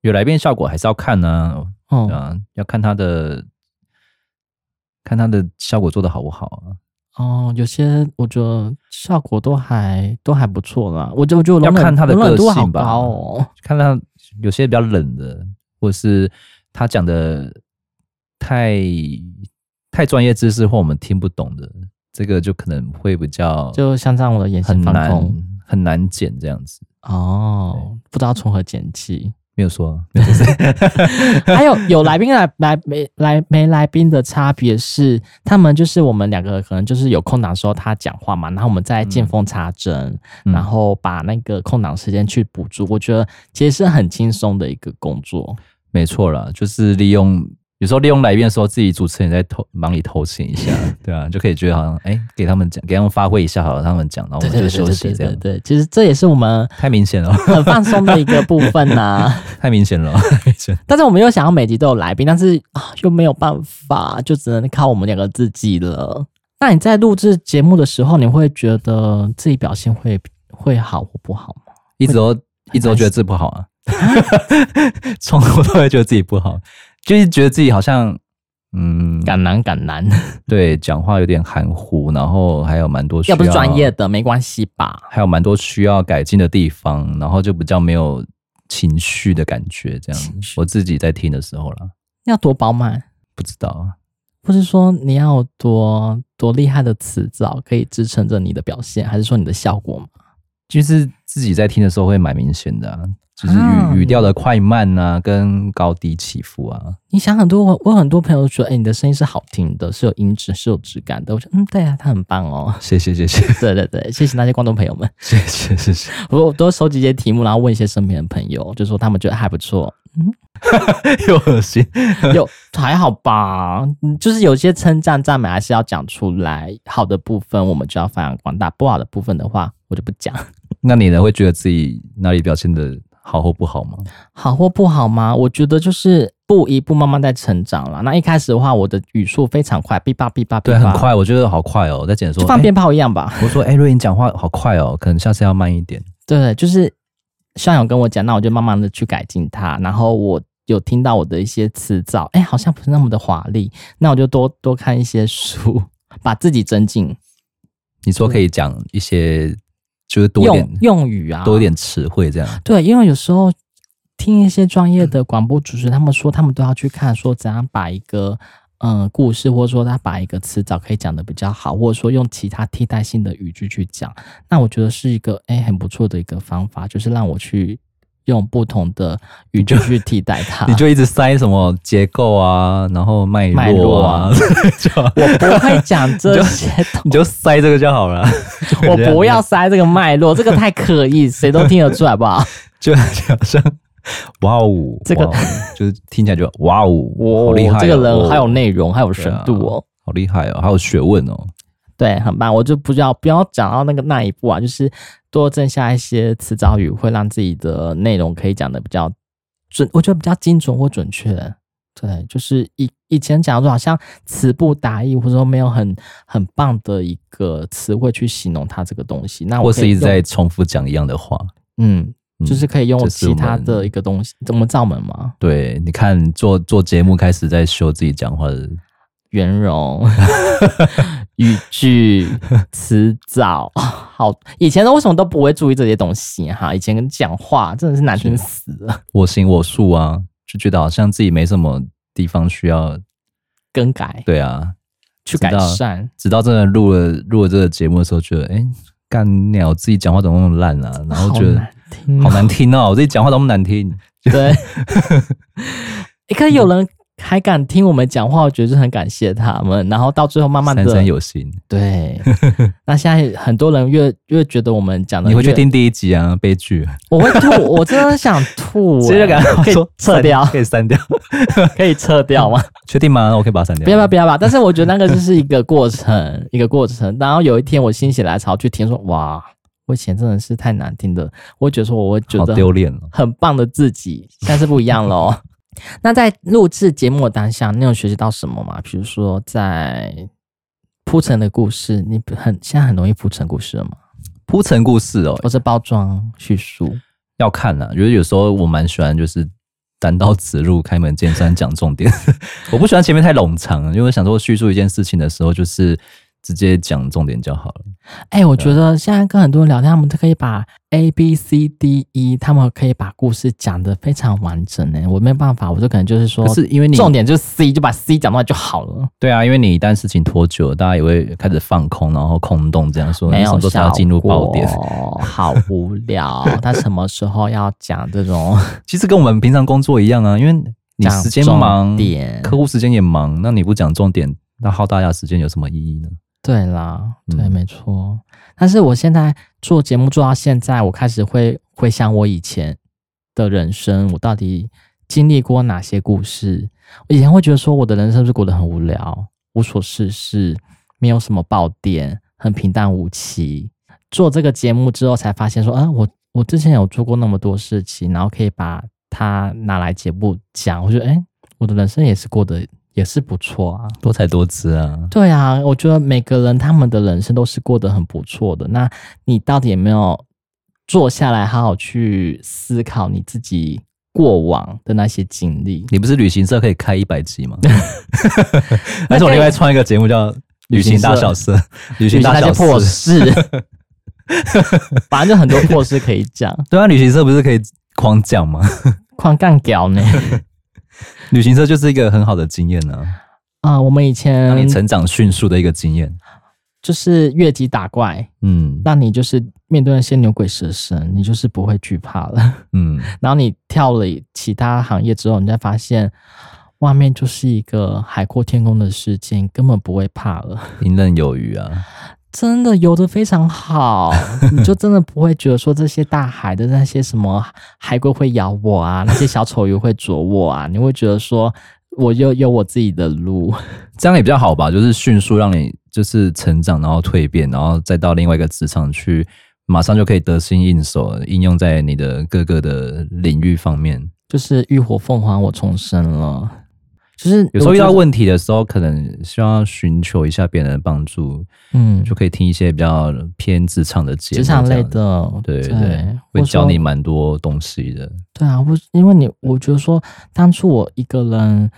Speaker 1: 有来宾效果还是要看呢、
Speaker 2: 哦、
Speaker 1: 对啊，要看他的，看他的效果做的好不好啊。
Speaker 2: 哦，有些我觉得效果都还都还不错啦。我觉我觉得我
Speaker 1: 要
Speaker 2: 容忍
Speaker 1: 看他的
Speaker 2: 容忍
Speaker 1: 个
Speaker 2: 度好
Speaker 1: 性吧
Speaker 2: 高哦。
Speaker 1: 看他有些比较冷的，或是他讲的太太专业知识或我们听不懂的，这个就可能会比较
Speaker 2: 就像这样，我的眼
Speaker 1: 很
Speaker 2: 神放
Speaker 1: 难
Speaker 2: 空
Speaker 1: 很难剪这样子。
Speaker 2: 哦，不知道从何捡起。
Speaker 1: 没有说，
Speaker 2: 嗯 还有有来宾来来没来没来宾的差别是，他们就是我们两个可能就是有空档的时候他讲话嘛，然后我们再见缝插针，
Speaker 1: 嗯
Speaker 2: 然后把那个空档时间去补足。我觉得其实是很轻松的一个工作。
Speaker 1: 没错啦，就是利用有时候利用来宾的时候，自己主持人在偷忙里偷情一 下，对啊，就可以觉得好像哎、给他们讲，给他们发挥一下好了，他们讲，然后我
Speaker 2: 对
Speaker 1: 们
Speaker 2: 对
Speaker 1: 就
Speaker 2: 对
Speaker 1: 休
Speaker 2: 对
Speaker 1: 息
Speaker 2: 对
Speaker 1: 这
Speaker 2: 对
Speaker 1: 样，
Speaker 2: 对，其实这也是我们
Speaker 1: 太明显了，
Speaker 2: 很放松的一个部分呐、
Speaker 1: 太明显了， 太明显了
Speaker 2: 但是我们又想要每集都有来宾，但是啊又没有办法，就只能靠我们两个自己了。那你在录制节目的时候，你会觉得自己表现会会好或不好吗？
Speaker 1: 一直都一直都觉得自己不好啊， 从头到尾觉得自己不好，就是觉得自己好像嗯，
Speaker 2: 敢难敢难，
Speaker 1: 对，讲话有点含糊，然后还有蛮多需
Speaker 2: 要不是专业的没关系吧？
Speaker 1: 还有蛮多需要改进的地方，然后就比较没有情绪的感觉，这样
Speaker 2: 情绪
Speaker 1: 我自己在听的时候啦，
Speaker 2: 要多饱满，
Speaker 1: 不知道啊，
Speaker 2: 或是说你要有多多厉害的词藻可以支撑着你的表现，还是说你的效果吗？
Speaker 1: 就是自己在听的时候会蛮明显的、啊，就是语、
Speaker 2: 啊嗯
Speaker 1: 语调的快慢啊，跟高低起伏啊，
Speaker 2: 你想很多，我我很多朋友都觉得，哎、你的声音是好听的，是有音质，是有质感的。我说，嗯，对啊，他很棒哦。
Speaker 1: 谢谢谢谢
Speaker 2: 对对对，谢谢那些观众朋友们。
Speaker 1: 谢谢谢谢，
Speaker 2: 我我都收集一些题目，然后问一些身边的朋友，就说他们觉得还不 错，
Speaker 1: 又恶心，
Speaker 2: 有还好吧，嗯就是有些称赞赞美还是要讲出来，好的部分我们就要发扬光大，不好的部分的话我就不讲。
Speaker 1: 那你呢？会觉得自己哪里表现的好或不好吗？
Speaker 2: 好或不好吗？我觉得就是步一步慢慢在成长啦。那一开始的话，我的语速非常快，哔吧哔吧，
Speaker 1: 对，
Speaker 2: 哔
Speaker 1: 很
Speaker 2: 吧，
Speaker 1: 快，我觉得好快哦，在剪说
Speaker 2: 就放
Speaker 1: 哎
Speaker 2: 鞭炮一样吧。
Speaker 1: 我说哎，瑞颖讲话好快哦，可能下次要慢一点。
Speaker 2: 对，就是校友跟我讲，那我就慢慢的去改进它。然后我有听到我的一些词藻，哎、好像不是那么的华丽，那我就多多看一些书， 把自己增进
Speaker 1: 你说可以讲一些，就是多一
Speaker 2: 用啊
Speaker 1: 点
Speaker 2: 用语啊，
Speaker 1: 多一点词汇这样。
Speaker 2: 对，因为有时候听一些专
Speaker 1: 嗯
Speaker 2: 业的广播主持人，他们说他们都要去看说怎样把一个嗯、呃故事，或者说他把一个词藻可以讲的比较好，或者说用其他替代性的语句去讲。那我觉得是一个哎、很不错的一个方法，就是让我去用不同的语句去替代它。
Speaker 1: 你就一直塞什么结构啊，然后脉
Speaker 2: 脉
Speaker 1: 络
Speaker 2: 络
Speaker 1: 啊
Speaker 2: 啊，
Speaker 1: 就
Speaker 2: 我不会 讲这些东
Speaker 1: 你就塞这个就好了。
Speaker 2: 西，我不要塞这个脉络，这个太刻意，谁都听得出来，好不好？
Speaker 1: 就就好像哇哦，
Speaker 2: 这个
Speaker 1: 哇哦就是听起来就哇哦，好厉害、哦，
Speaker 2: 这个人还有
Speaker 1: 哦
Speaker 2: 内容，还有深度哦。
Speaker 1: 好厉害哦，还有学问哦。
Speaker 2: 对，很棒。我就不知道，不要讲到那个那一步啊，就是多增下一些词藻语，会让自己的内容可以讲的比较准，我觉得比较精准或准确。对，就是以以前讲说好像词不达意，或者说没有很很棒的一个词汇去形容它这个东西，啊那我
Speaker 1: 或
Speaker 2: 可
Speaker 1: 是
Speaker 2: 以
Speaker 1: 一直
Speaker 2: 用
Speaker 1: 在重复讲一样的话。
Speaker 2: 嗯，
Speaker 1: 嗯
Speaker 2: 就是可以用
Speaker 1: 这是
Speaker 2: 其
Speaker 1: 我
Speaker 2: 他
Speaker 1: 们
Speaker 2: 的一个东西，怎么造门嘛，
Speaker 1: 对，你看做做节目开始在修自己讲话的，
Speaker 2: 圆融 语句、词藻，好，以前都为什么都不会注意这些东西哈？以前跟讲话真的是难听死了，
Speaker 1: 我行我素啊，就觉得好像自己没什么地方需要。
Speaker 2: 更改
Speaker 1: 对啊，
Speaker 2: 去
Speaker 1: 知
Speaker 2: 改
Speaker 1: 道
Speaker 2: 善，
Speaker 1: 直到真的录了录了这个节目的时候，觉得哎，诶干鸟自己讲话怎么那么烂啊？然后
Speaker 2: 好
Speaker 1: 觉得
Speaker 2: 难听
Speaker 1: 好
Speaker 2: 哦，
Speaker 1: 难听哦，我自己讲话怎么那么难听？
Speaker 2: 对。欸可是有人还敢听我们讲话，我觉得是很感谢他们。然后到最后慢慢的
Speaker 1: 三，生有幸，
Speaker 2: 对。 那现在很多人越越觉得我们讲的，
Speaker 1: 你回去，听第一集啊，悲剧，
Speaker 2: 我会吐，我真的想 吐、欸，
Speaker 1: 直接就给他
Speaker 2: 可以
Speaker 1: 说
Speaker 2: 撤掉
Speaker 1: 可以删掉，
Speaker 2: 可以撤掉吗？
Speaker 1: 确定吗？那我可以把它删掉。
Speaker 2: 不要吧，不要吧！但是我觉得那个就是一个过程，一个过程。然后有一天我心血来潮去听说，哇，我以前真的是太难听的，我觉得说我会觉
Speaker 1: 好
Speaker 2: 得
Speaker 1: 丢脸哦。
Speaker 2: 很棒的自己，现在是不一样喽。 那在录制节目的当下，你有学习到什么吗？比如说在铺陈的故事，你很现在很容易铺陈故事了吗？
Speaker 1: 铺陈故事哦，
Speaker 2: 或是包装叙述？
Speaker 1: 要看啦，觉得有时候我蛮喜欢就是单刀直入、开门见山讲重点。 我不喜欢前面太冗长，因为我想说叙述一件事情的时候，就是直接讲重点就好了。
Speaker 2: 哎、我觉得现在跟很多人聊天，他们都可以把 A B C D E，他们可以把故事讲得非常完整呢。我没有办法，我就可能就是说，
Speaker 1: 可是因为你
Speaker 2: 哦重点就是 C，就把 C 讲出来就好了。
Speaker 1: 对啊，因为你一旦事情拖久了，大家也会开始放空，然后空洞这样说，
Speaker 2: 没
Speaker 1: 你什
Speaker 2: 有
Speaker 1: 么时候才要进入爆点
Speaker 2: 效？果好无聊。他什么时候要讲这种
Speaker 1: 其实跟我们平常工作一样啊，因为 你
Speaker 2: 讲
Speaker 1: 时间
Speaker 2: 重
Speaker 1: 忙，
Speaker 2: 点？
Speaker 1: 客户时间也忙，那你不讲重点，那耗大家时间有什么意义呢？
Speaker 2: 对啦，对，
Speaker 1: 嗯
Speaker 2: 没错。但是我现在做节目做到现在，我开始会回想我以前的人生，我到底经历过哪些故事？我以前会觉得说，我的人生是过得很无聊，无所事事，没有什么爆点，很平淡无奇。做这个节目之后，才发现说，啊，我我之前有做过那么多事情，然后可以把它拿来节目讲，我觉得，哎，我的人生也是过得也是不错啊。
Speaker 1: 多才多姿啊！
Speaker 2: 对啊，我觉得每个人他们的人生都是过得很不错的。那你到底有没有坐下来好好去思考你自己过往的那些经历？
Speaker 1: 你不是旅行社可以开一百集 吗？还是我另外创一个节目叫《旅行大小事》，旅行大
Speaker 2: 那些
Speaker 1: 小
Speaker 2: 破
Speaker 1: 事。
Speaker 2: 事，反正就很多破事可以讲，
Speaker 1: 对啊，旅行社不是可以狂讲吗？
Speaker 2: 狂干屌 呢。
Speaker 1: 旅行社就是一个很好的经验啊，
Speaker 2: 啊、我们以
Speaker 1: 让
Speaker 2: 前
Speaker 1: 你成长迅速的一个经验。
Speaker 2: 就是越级打怪，
Speaker 1: 嗯
Speaker 2: 让你就是面对那些牛鬼蛇神，你就是不会惧怕了。
Speaker 1: 嗯，
Speaker 2: 然后你跳了其他行业之后，你才发现外面就是一个海阔天空的世界，你根本不会怕了。
Speaker 1: 游刃有余啊。
Speaker 2: 真的游得非常好，你就真的不会觉得说这些大海的那些什么海龟会咬我啊，那些小丑鱼会啄我啊，你会觉得说我又有我自己的路。
Speaker 1: 这样也比较好吧，就是迅速让你就是成长，然后蜕变，然后再到另外一个职场去，马上就可以得心应手，应用在你的各个的领域方面。
Speaker 2: 就是浴火凤凰，我重生了。就是
Speaker 1: 有时候遇到
Speaker 2: 我觉得，
Speaker 1: 问题的时候，可能需要寻求一下别人的帮助，
Speaker 2: 嗯，
Speaker 1: 就可以听一些比较偏职场的节目，
Speaker 2: 职场类
Speaker 1: 这样子，
Speaker 2: 的，
Speaker 1: 对
Speaker 2: 对
Speaker 1: 对，
Speaker 2: 或
Speaker 1: 会
Speaker 2: 者
Speaker 1: 教
Speaker 2: 说
Speaker 1: 你蛮多东西的。
Speaker 2: 对啊，我因为你，我觉得说当初我一个人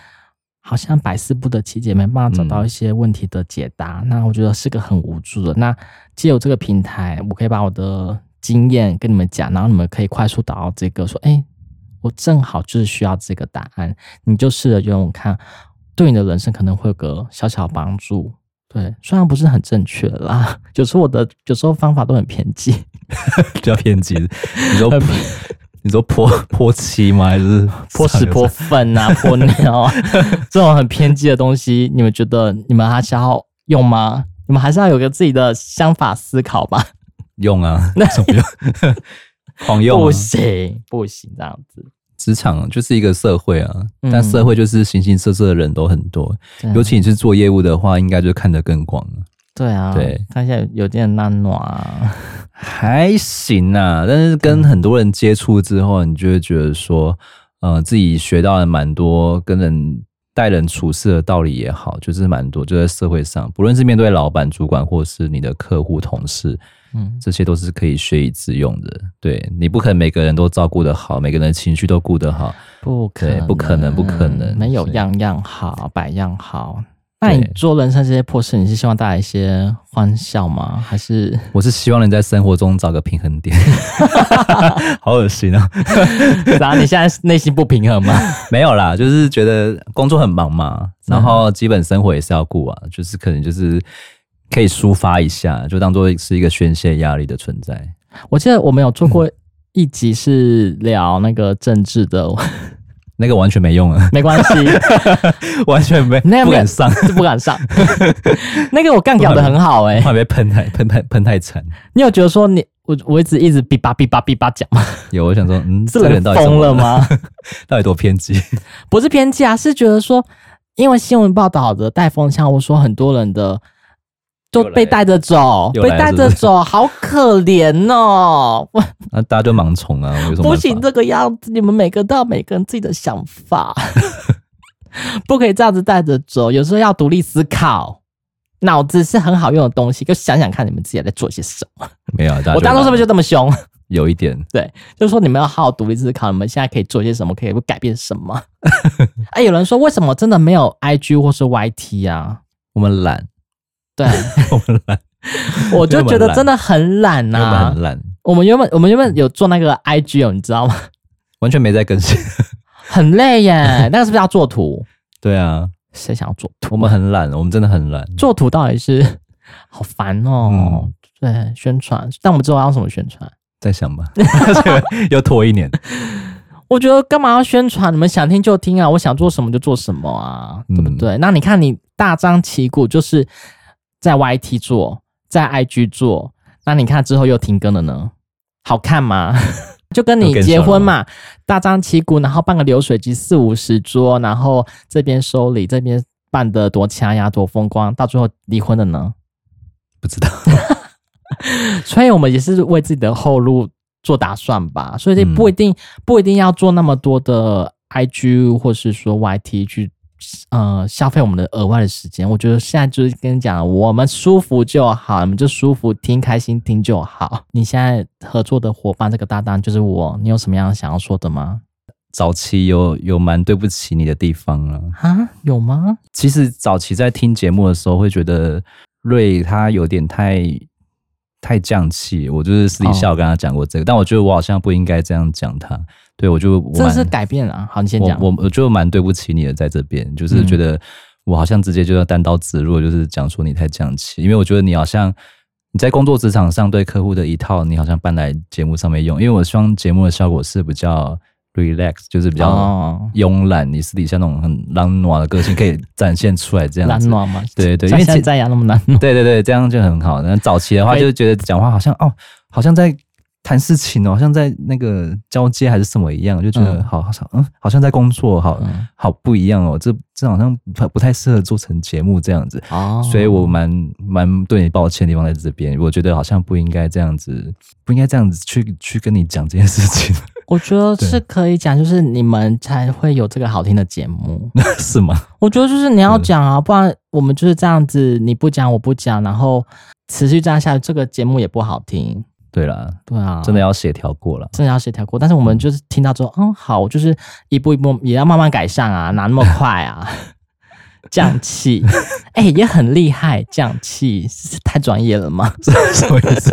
Speaker 2: 好像百思不得其解，没办法找到一些问题的解答，那我觉得是个很无助的。那借由这个平台，我可以把我的经验跟你们讲，然后你们可以快速导到这个说，哎，我正好就是需要这个答案，你就试着用用看，对你的人生可能会有个小小帮助。对，虽然不是很正确啦， 有时候我的有时候方法都很偏激。
Speaker 1: 比较偏激。你说你说泼泼漆吗？还是
Speaker 2: 泼屎、泼粪啊、泼尿 啊，这种很偏激的东西，你们觉得你们还是要用吗？你们还是要有个自己的想法思考吧。
Speaker 1: 用 啊？那怎么用？ 狂用、
Speaker 2: 不
Speaker 1: 啊！
Speaker 2: 行，不行，这样子。
Speaker 1: 职场就是一个社会啊，
Speaker 2: 嗯
Speaker 1: 但社会就是形形色色的人都很多。
Speaker 2: 对啊
Speaker 1: 尤其你是做业务的话，应该就看得更广了。
Speaker 2: 对啊，
Speaker 1: 对，
Speaker 2: 看起来有点难暖啊。
Speaker 1: 还行啊，但是跟很多人接触之后，你就会觉得说，呃，自己学到了蛮多跟人待人处事的道理也好，就是蛮多，就在社会上，不论是面对老板、主管，或是你的客户、同事，
Speaker 2: 嗯，
Speaker 1: 这些都是可以学以致用的。对你不可能每个人都照顾得好，每个人的情绪都顾得好，
Speaker 2: 不可
Speaker 1: 对
Speaker 2: 能，
Speaker 1: 不可能不可能
Speaker 2: 没有
Speaker 1: 所以
Speaker 2: 样样好，百样好。那
Speaker 1: 对
Speaker 2: 你做人生这些破事，你是希望带来一些欢笑吗？还是
Speaker 1: 我是希望能在生活中找个平衡点。 好恶心啊！
Speaker 2: 然后你现在内心不平衡吗？
Speaker 1: 没有啦，就是觉得工作很忙嘛，
Speaker 2: 嗯
Speaker 1: 然后基本生活也是要顾啊，就是可能就是可以抒发一下，就当做是一个宣泄压力的存在。
Speaker 2: 我记得我们有做过一集是聊那个政治的，
Speaker 1: 那个完全没用啊，
Speaker 2: 没关系，
Speaker 1: 完全没
Speaker 2: 那个没有
Speaker 1: 不敢上，
Speaker 2: 是不 敢上。那个我干搞得很好哎、
Speaker 1: 怕被喷太喷太喷太惨。
Speaker 2: 你有觉得说你我我一直一直哔叭哔叭哔叭讲吗？
Speaker 1: 有我想说，嗯，这
Speaker 2: 这个
Speaker 1: 个
Speaker 2: 人
Speaker 1: 人到底
Speaker 2: 疯
Speaker 1: 怎么
Speaker 2: 了？吗？
Speaker 1: 到底多偏激？
Speaker 2: 不是偏激啊，是觉得说，因为新闻报道的带风向，我说很多人的都
Speaker 1: 又来
Speaker 2: 被带着走，
Speaker 1: 又
Speaker 2: 被
Speaker 1: 来了
Speaker 2: 带
Speaker 1: 是
Speaker 2: 着
Speaker 1: 不是
Speaker 2: 走，好可怜哦。我
Speaker 1: 那大家就盲从啊，有什么
Speaker 2: 不
Speaker 1: 办法
Speaker 2: 行这个样子，你们每个都要每个人自己的想法， 不可以这样子带着走。有时候要独立思考，脑子是很好用的东西，就想想看你们自己在做些什么。
Speaker 1: 没有啊，大家
Speaker 2: 我当初是不是
Speaker 1: 就
Speaker 2: 就这么凶？
Speaker 1: 有一点？
Speaker 2: 就是说你们要好好独立思考，你们现在可以做些什么，可以改变 什么？哎、有人说为什么真的没有 IG 或是 YT 啊？
Speaker 1: 我们 懒，
Speaker 2: 对，
Speaker 1: 我们懒，
Speaker 2: 我就觉得真的很懒
Speaker 1: 因
Speaker 2: 呐、
Speaker 1: 为我们
Speaker 2: 啊
Speaker 1: 很。懒，
Speaker 2: 我们原本我们原本有做那个 IG 哦，你知道吗？
Speaker 1: 完全没在更新。
Speaker 2: 很累耶，那个是不是要做图？
Speaker 1: 对啊，
Speaker 2: 谁想要做图？
Speaker 1: 我们很懒，我们真的很懒。
Speaker 2: 做图到底是好烦哦、
Speaker 1: 嗯
Speaker 2: 对，宣传，但我们之后要用什么宣传？
Speaker 1: 再想吧， 又拖一年。
Speaker 2: 我觉得干嘛要宣传？你们想听就听啊，我想做什么就做什么啊，对不
Speaker 1: 嗯
Speaker 2: 对？那你看你大张旗鼓就是在 YT 做，在 IG 做，那你看之后又停更了呢，好看吗？ 就跟
Speaker 1: 又
Speaker 2: 你
Speaker 1: 更
Speaker 2: 结
Speaker 1: 少了
Speaker 2: 婚嘛，大张旗鼓，然后办个流水席四五十桌，然后这边收礼，这边办的多掐呀多风光，到最后离婚了呢？
Speaker 1: 不知道，
Speaker 2: 所以我们也是为自己的后路做打算吧，所以
Speaker 1: 嗯
Speaker 2: 不一定、不一定要做那么多的 IG 或是说 YT 去呃消费我们的额外的时间。我觉得现在就是跟你讲，我们舒服就好，你们就舒服听、开心听就好。你现在合作的伙伴这个搭档就是我，你有什么样想要说的吗？
Speaker 1: 早期有有蛮对不起你的地方啊。
Speaker 2: 啊，有吗？
Speaker 1: 其实早期在听节目的时候，会觉得瑞他有点太太降气。我就是私底下有跟他讲过这个，但我觉得我好像不应该这样讲他。对我就我
Speaker 2: 这
Speaker 1: 蛮
Speaker 2: 是改变啊！好，你先
Speaker 1: 我
Speaker 2: 讲。嗯
Speaker 1: 我我就蛮对不起你的，在这边就是觉得我好像直接就要单刀直入，就是讲说你太降气，因为我觉得你好像你在工作职场上对客户的一套，你好像搬来节目上面用，因为我希望节目的效果是比较 relax，就是比较
Speaker 2: 哦，
Speaker 1: 慵懒，你私底下那种很浪暖的个性可以展现出来这样
Speaker 2: 懒
Speaker 1: 子。
Speaker 2: 暖嘛，
Speaker 1: 对对因
Speaker 2: 像
Speaker 1: 为
Speaker 2: 现
Speaker 1: 其
Speaker 2: 在呀那么懒暖，
Speaker 1: 对对对，这样就很好。那早期的话，
Speaker 2: 对
Speaker 1: 就觉得讲话好像哦，好像在谈事情哦，好像在那个交接还是什么一样，就觉得
Speaker 2: 嗯
Speaker 1: 好好像嗯，好像在工作，好
Speaker 2: 嗯
Speaker 1: 好不一样哦。这这好像不不太适合做成节目这样子，
Speaker 2: 哦，
Speaker 1: 所以我蛮蛮对你抱歉的地方在这边。我觉得好像不应该这样子，不应该这样子去去跟你讲这件事情。
Speaker 2: 我觉得
Speaker 1: 对
Speaker 2: 是可以讲，就是你们才会有这个好听的节目。
Speaker 1: 是吗？
Speaker 2: 我觉得就是你要讲啊，不然我们就是这样子，你不讲我不讲，然后持续这样下去，这个节目也不好听。
Speaker 1: 对啦，
Speaker 2: 对啊，
Speaker 1: 真的要协调过了。
Speaker 2: 真的要协调过，但是我们就是听到之后，嗯，好，就是一步一步也要慢慢改 善啊，哪那么快啊？降气，哎、也很厉害，降气是太专业 了吗？
Speaker 1: 什么意思？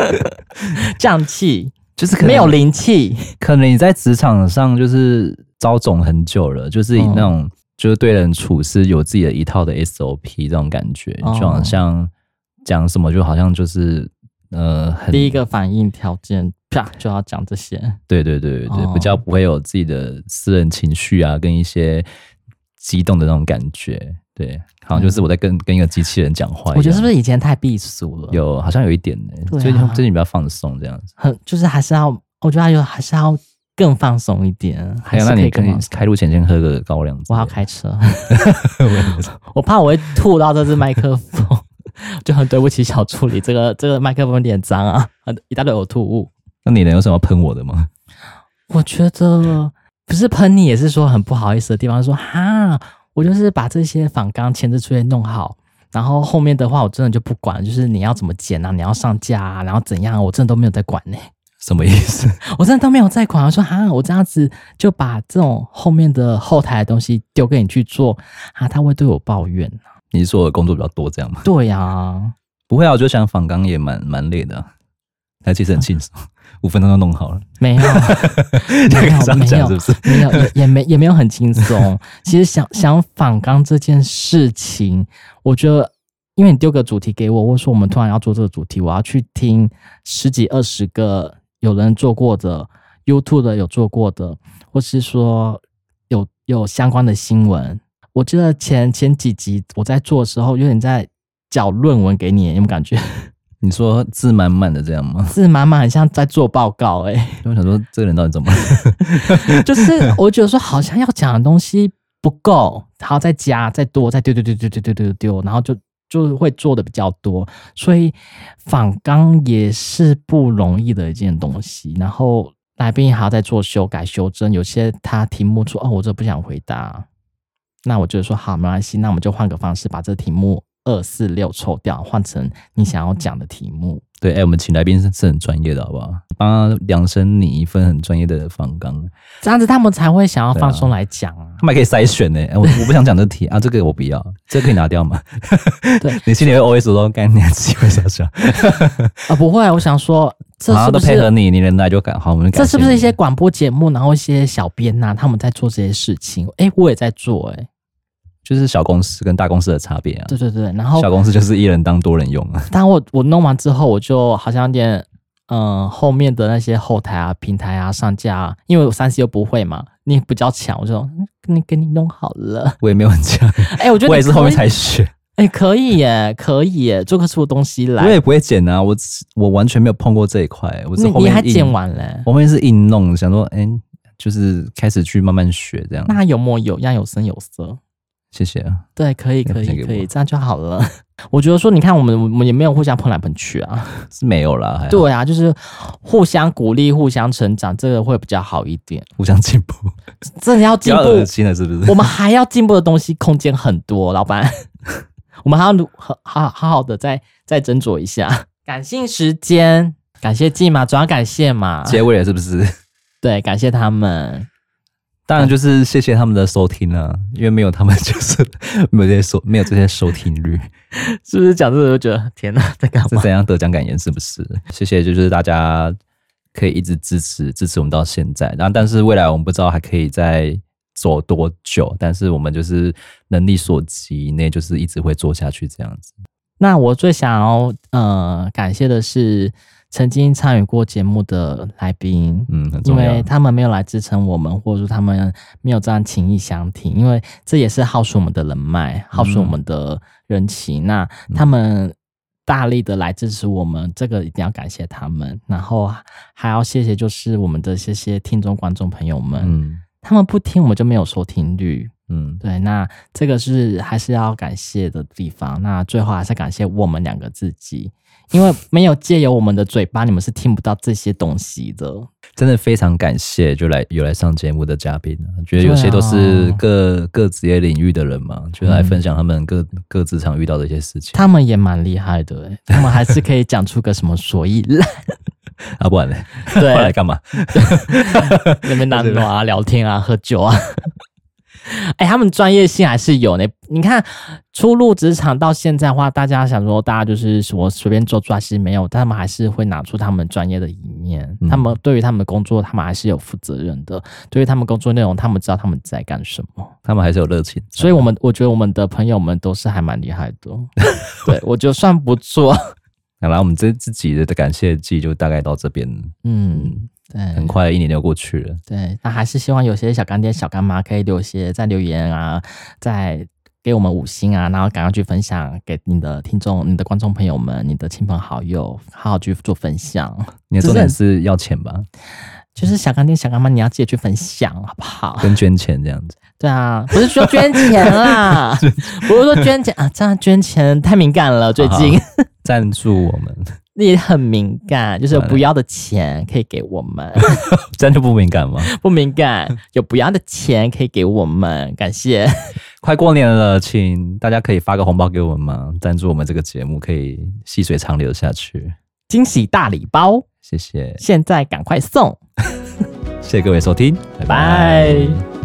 Speaker 2: 降气
Speaker 1: 就是可能
Speaker 2: 没有灵气，
Speaker 1: 可能你在职场上就是招总很久了，就是以
Speaker 2: 嗯
Speaker 1: 那种、就是对人处事有自己的一套的 SOP 这种感觉，
Speaker 2: 哦
Speaker 1: 就好像讲什么就好像就是呃，很
Speaker 2: 第一个反应条件啪就要讲这些，
Speaker 1: 对对对对对，
Speaker 2: 哦
Speaker 1: 比较不会有自己的私人情绪啊，跟一些激动的那种感觉，对，好像就是我在跟、跟一个机器人讲话一样，
Speaker 2: 嗯我觉得是不是以前太避俗了？
Speaker 1: 哎有好像有一点呢、
Speaker 2: 对啊
Speaker 1: 最近最近比较放松这样子。
Speaker 2: 很就是还是要，我觉得还有还是要更放松一点，
Speaker 1: 还
Speaker 2: 还
Speaker 1: 有，
Speaker 2: 是
Speaker 1: 哎那
Speaker 2: 可
Speaker 1: 你
Speaker 2: 以
Speaker 1: 可
Speaker 2: 更
Speaker 1: 以
Speaker 2: 放松。
Speaker 1: 开路前先喝个高粱之类的。
Speaker 2: 我要开车， 我怕我会吐到这只麦克风， 就很对不起小助理，这个这个麦克风有点脏啊，很一大堆呕吐物。
Speaker 1: 那你能有什么要喷我的吗？
Speaker 2: 我觉得不是喷你，也是说很不好意思的地方，说哈，我就是把这些仿钢前置作业弄好。然后后面的话，我真的就不管，就是你要怎么剪啊，你要上架啊，然后怎样啊，我真的都没有在管呢、
Speaker 1: 什么意思？
Speaker 2: 我真的都没有在管。我说哈，我这样子就把这种后面的后台的东西丢给你去做啊，他会对我抱怨。
Speaker 1: 你是说我工作比较多这样吗？
Speaker 2: 对呀、
Speaker 1: 不会啊，我就想仿钢也蛮蛮累的啊、但其实很轻松，五分钟就弄好了。
Speaker 2: 没有，啊
Speaker 1: 这 个
Speaker 2: 没
Speaker 1: 这
Speaker 2: 有，
Speaker 1: 样
Speaker 2: 没
Speaker 1: 讲
Speaker 2: 有
Speaker 1: 是，不是？
Speaker 2: 没有，也也没也没有很轻松。 其实想想仿纲这件事情，我觉得，因为你丢个主题给我，或者说我们突然要做这个主题，我要去听十几二十个有人做过的 YouTube 的有做过的，或是说有有相关的新闻。我记得前前几集我在做的时候，有点在缴论文给你，有没有感觉？
Speaker 1: 你说字满满的这样吗？
Speaker 2: 字满满，很像在做报告哎、
Speaker 1: 我想说这个人到底怎么了？
Speaker 2: 就是我觉得说好像要讲的东西不够，还要再加、再多、再丢丢丢丢丢丢丢丢，然后就就会做的比较多，所以仿纲也是不容易的一件东西。然后来宾还要再做修改、修正，有些他题目说哦，我这不想回答，那我就说好，没关系，那我们就换个方式把这题目。二四六抽掉，换成你想要讲的题目。
Speaker 1: 对，哎、我们请来宾是是很专业的，好不好？帮他量身拟一份很专业的仿钢，
Speaker 2: 这样子他们才会想要
Speaker 1: 对啊
Speaker 2: 放松来讲啊。
Speaker 1: 他们还可以筛选呢、哎我我不想讲这题啊，这个我不要，这个可以拿掉吗？
Speaker 2: 对，
Speaker 1: 你心里会 OS 说，干你还机会傻笑，
Speaker 2: 啊，不会，我想说，这
Speaker 1: 好，
Speaker 2: 是
Speaker 1: 都
Speaker 2: 不
Speaker 1: 配
Speaker 2: 是
Speaker 1: 合你，你能来就改，好，我们感
Speaker 2: 这
Speaker 1: 谢
Speaker 2: 是不是
Speaker 1: 你
Speaker 2: 一些广播节目，然后一些小编呐、他们在做这些事情？哎，我也在做、哎，
Speaker 1: 就是小公司跟大公司的差别啊？
Speaker 2: 对对对。然后
Speaker 1: 小，公司就是一人当多人用 啊。
Speaker 2: 当我我弄完之后，我就好像有点，嗯、后面的那些后台啊、平台啊、上架啊，因为我三 C 又不会嘛，你也比较强，我就说嗯你给你弄好了。
Speaker 1: 我也没有很强，
Speaker 2: 哎，我觉得
Speaker 1: 我也是后面
Speaker 2: 哎
Speaker 1: 才学，、
Speaker 2: 诶可以耶，可以耶，做个出东西来。
Speaker 1: 我也不会剪啊，我我完全没有碰过这一块，我是
Speaker 2: 你
Speaker 1: 后
Speaker 2: 你
Speaker 1: 面
Speaker 2: 还
Speaker 1: 硬哦
Speaker 2: 剪，完了？
Speaker 1: 我后面是硬弄，想说，哎、就是开始去慢慢学这样
Speaker 2: 那。还有模有样，有声有色。
Speaker 1: 谢谢啊，
Speaker 2: 对，可以，
Speaker 1: 那
Speaker 2: 可
Speaker 1: 不行
Speaker 2: 以，
Speaker 1: 给
Speaker 2: 可以，
Speaker 1: 我
Speaker 2: 这样就好了。 我觉得说，你看我们，我们也没有互相碰来碰去啊。
Speaker 1: 是没有啦，还好
Speaker 2: 对啊，就是互相鼓励、互相成长，这个会比较好一点。
Speaker 1: 互相进步，
Speaker 2: 真的要
Speaker 1: 比
Speaker 2: 进
Speaker 1: 较恶
Speaker 2: 步，
Speaker 1: 心了是不是？
Speaker 2: 我们还要进步的东西空间很多，老板， 我们还要努好好好好的再再斟酌一下。感性时间，感谢季嘛，总要感谢嘛，
Speaker 1: 结尾了是不是？
Speaker 2: 对，感谢他们。
Speaker 1: 当然就是谢谢他们的收听了、因为没有他们 就是没有这些收没有这些收听率，
Speaker 2: 是不是讲这个就觉得天哪，在干
Speaker 1: 是？怎样得奖感言是不是？谢谢，就是大家可以一直支持支持我们到现在，然后但是未来我们不知道还可以再走多久，但是我们就是能力所及内，就是一直会做下去这样子。
Speaker 2: 那我最想要呃感谢的是曾经参与过节目的来宾，
Speaker 1: 嗯，很
Speaker 2: 因
Speaker 1: 重
Speaker 2: 为
Speaker 1: 要。
Speaker 2: 他们没有来支撑我们，或者说他们没有这样情意相挺，因为这也是耗损我们的人脉，耗损我们的人
Speaker 1: 嗯
Speaker 2: 情。那他们大力的来支持我们，这个一定要感谢他们。然后还要谢谢就是我们的这些听众观众朋友们，
Speaker 1: 嗯
Speaker 2: 他们不听我们就没有收听率，
Speaker 1: 嗯，
Speaker 2: 对，那这个是还是要感谢的地方。那最后还是感谢我们两个自己，因为没有借由我们的嘴巴，你们是听不到这些东西的。
Speaker 1: 真的非常感谢就来有来上节目的嘉宾、啊，觉得有些都是各、各职业领域的人嘛，就来分享他们各、各职场遇到的一些事情。
Speaker 2: 他们也蛮厉害的、 欸，他们还是可以讲出个什么所以然。
Speaker 1: 啊，不然呢？
Speaker 2: 对
Speaker 1: 后来干嘛？
Speaker 2: 那边拿暖啊、聊天啊、喝 酒啊。哎、他们专业性还是有呢。你看，初入职场到现在的话，大家想说大家就是什么随便做做，其实没有，但他们还是会拿出他们专业的一面。
Speaker 1: 嗯
Speaker 2: 他们对于他们的工作，他们还是有负责任的。对于他们工作内容，他们知道他们在干什么。
Speaker 1: 他们还是有热情，
Speaker 2: 所以，我们我觉得我们的朋友们都是还蛮厉害的。哦 对，我觉得算不错。
Speaker 1: 好啦，我们这自己的感谢季就大概到这边，
Speaker 2: 嗯，对。
Speaker 1: 很快一年就过去了。
Speaker 2: 对，那还是希望有些小干爹、小干妈可以留些在留言啊，在给我们五星啊，然后赶快去分享给你的听众、你的观众朋友们、你的亲朋好友，好好去做分享。
Speaker 1: 你的重点是要钱吧，
Speaker 2: 就是小干爹、小干妈，你要记得去分享，好不好？
Speaker 1: 跟捐钱这样子。
Speaker 2: 对啊，不是说捐钱啦，不是说 捐钱啊，这样捐钱太敏感了，最近
Speaker 1: 好赞助我们，
Speaker 2: 你很敏感，就是有不要的钱可以给我们，
Speaker 1: 这样就不敏感吗？
Speaker 2: 不敏感有不要的钱可以给我们，感谢。
Speaker 1: 快过年了，请大家可以发个红包给我们吗？赞助我们这个节目，可以细水长流下去。
Speaker 2: 惊喜大礼包，
Speaker 1: 谢谢，
Speaker 2: 现在赶快送！
Speaker 1: 谢谢各位收听，拜拜
Speaker 2: 拜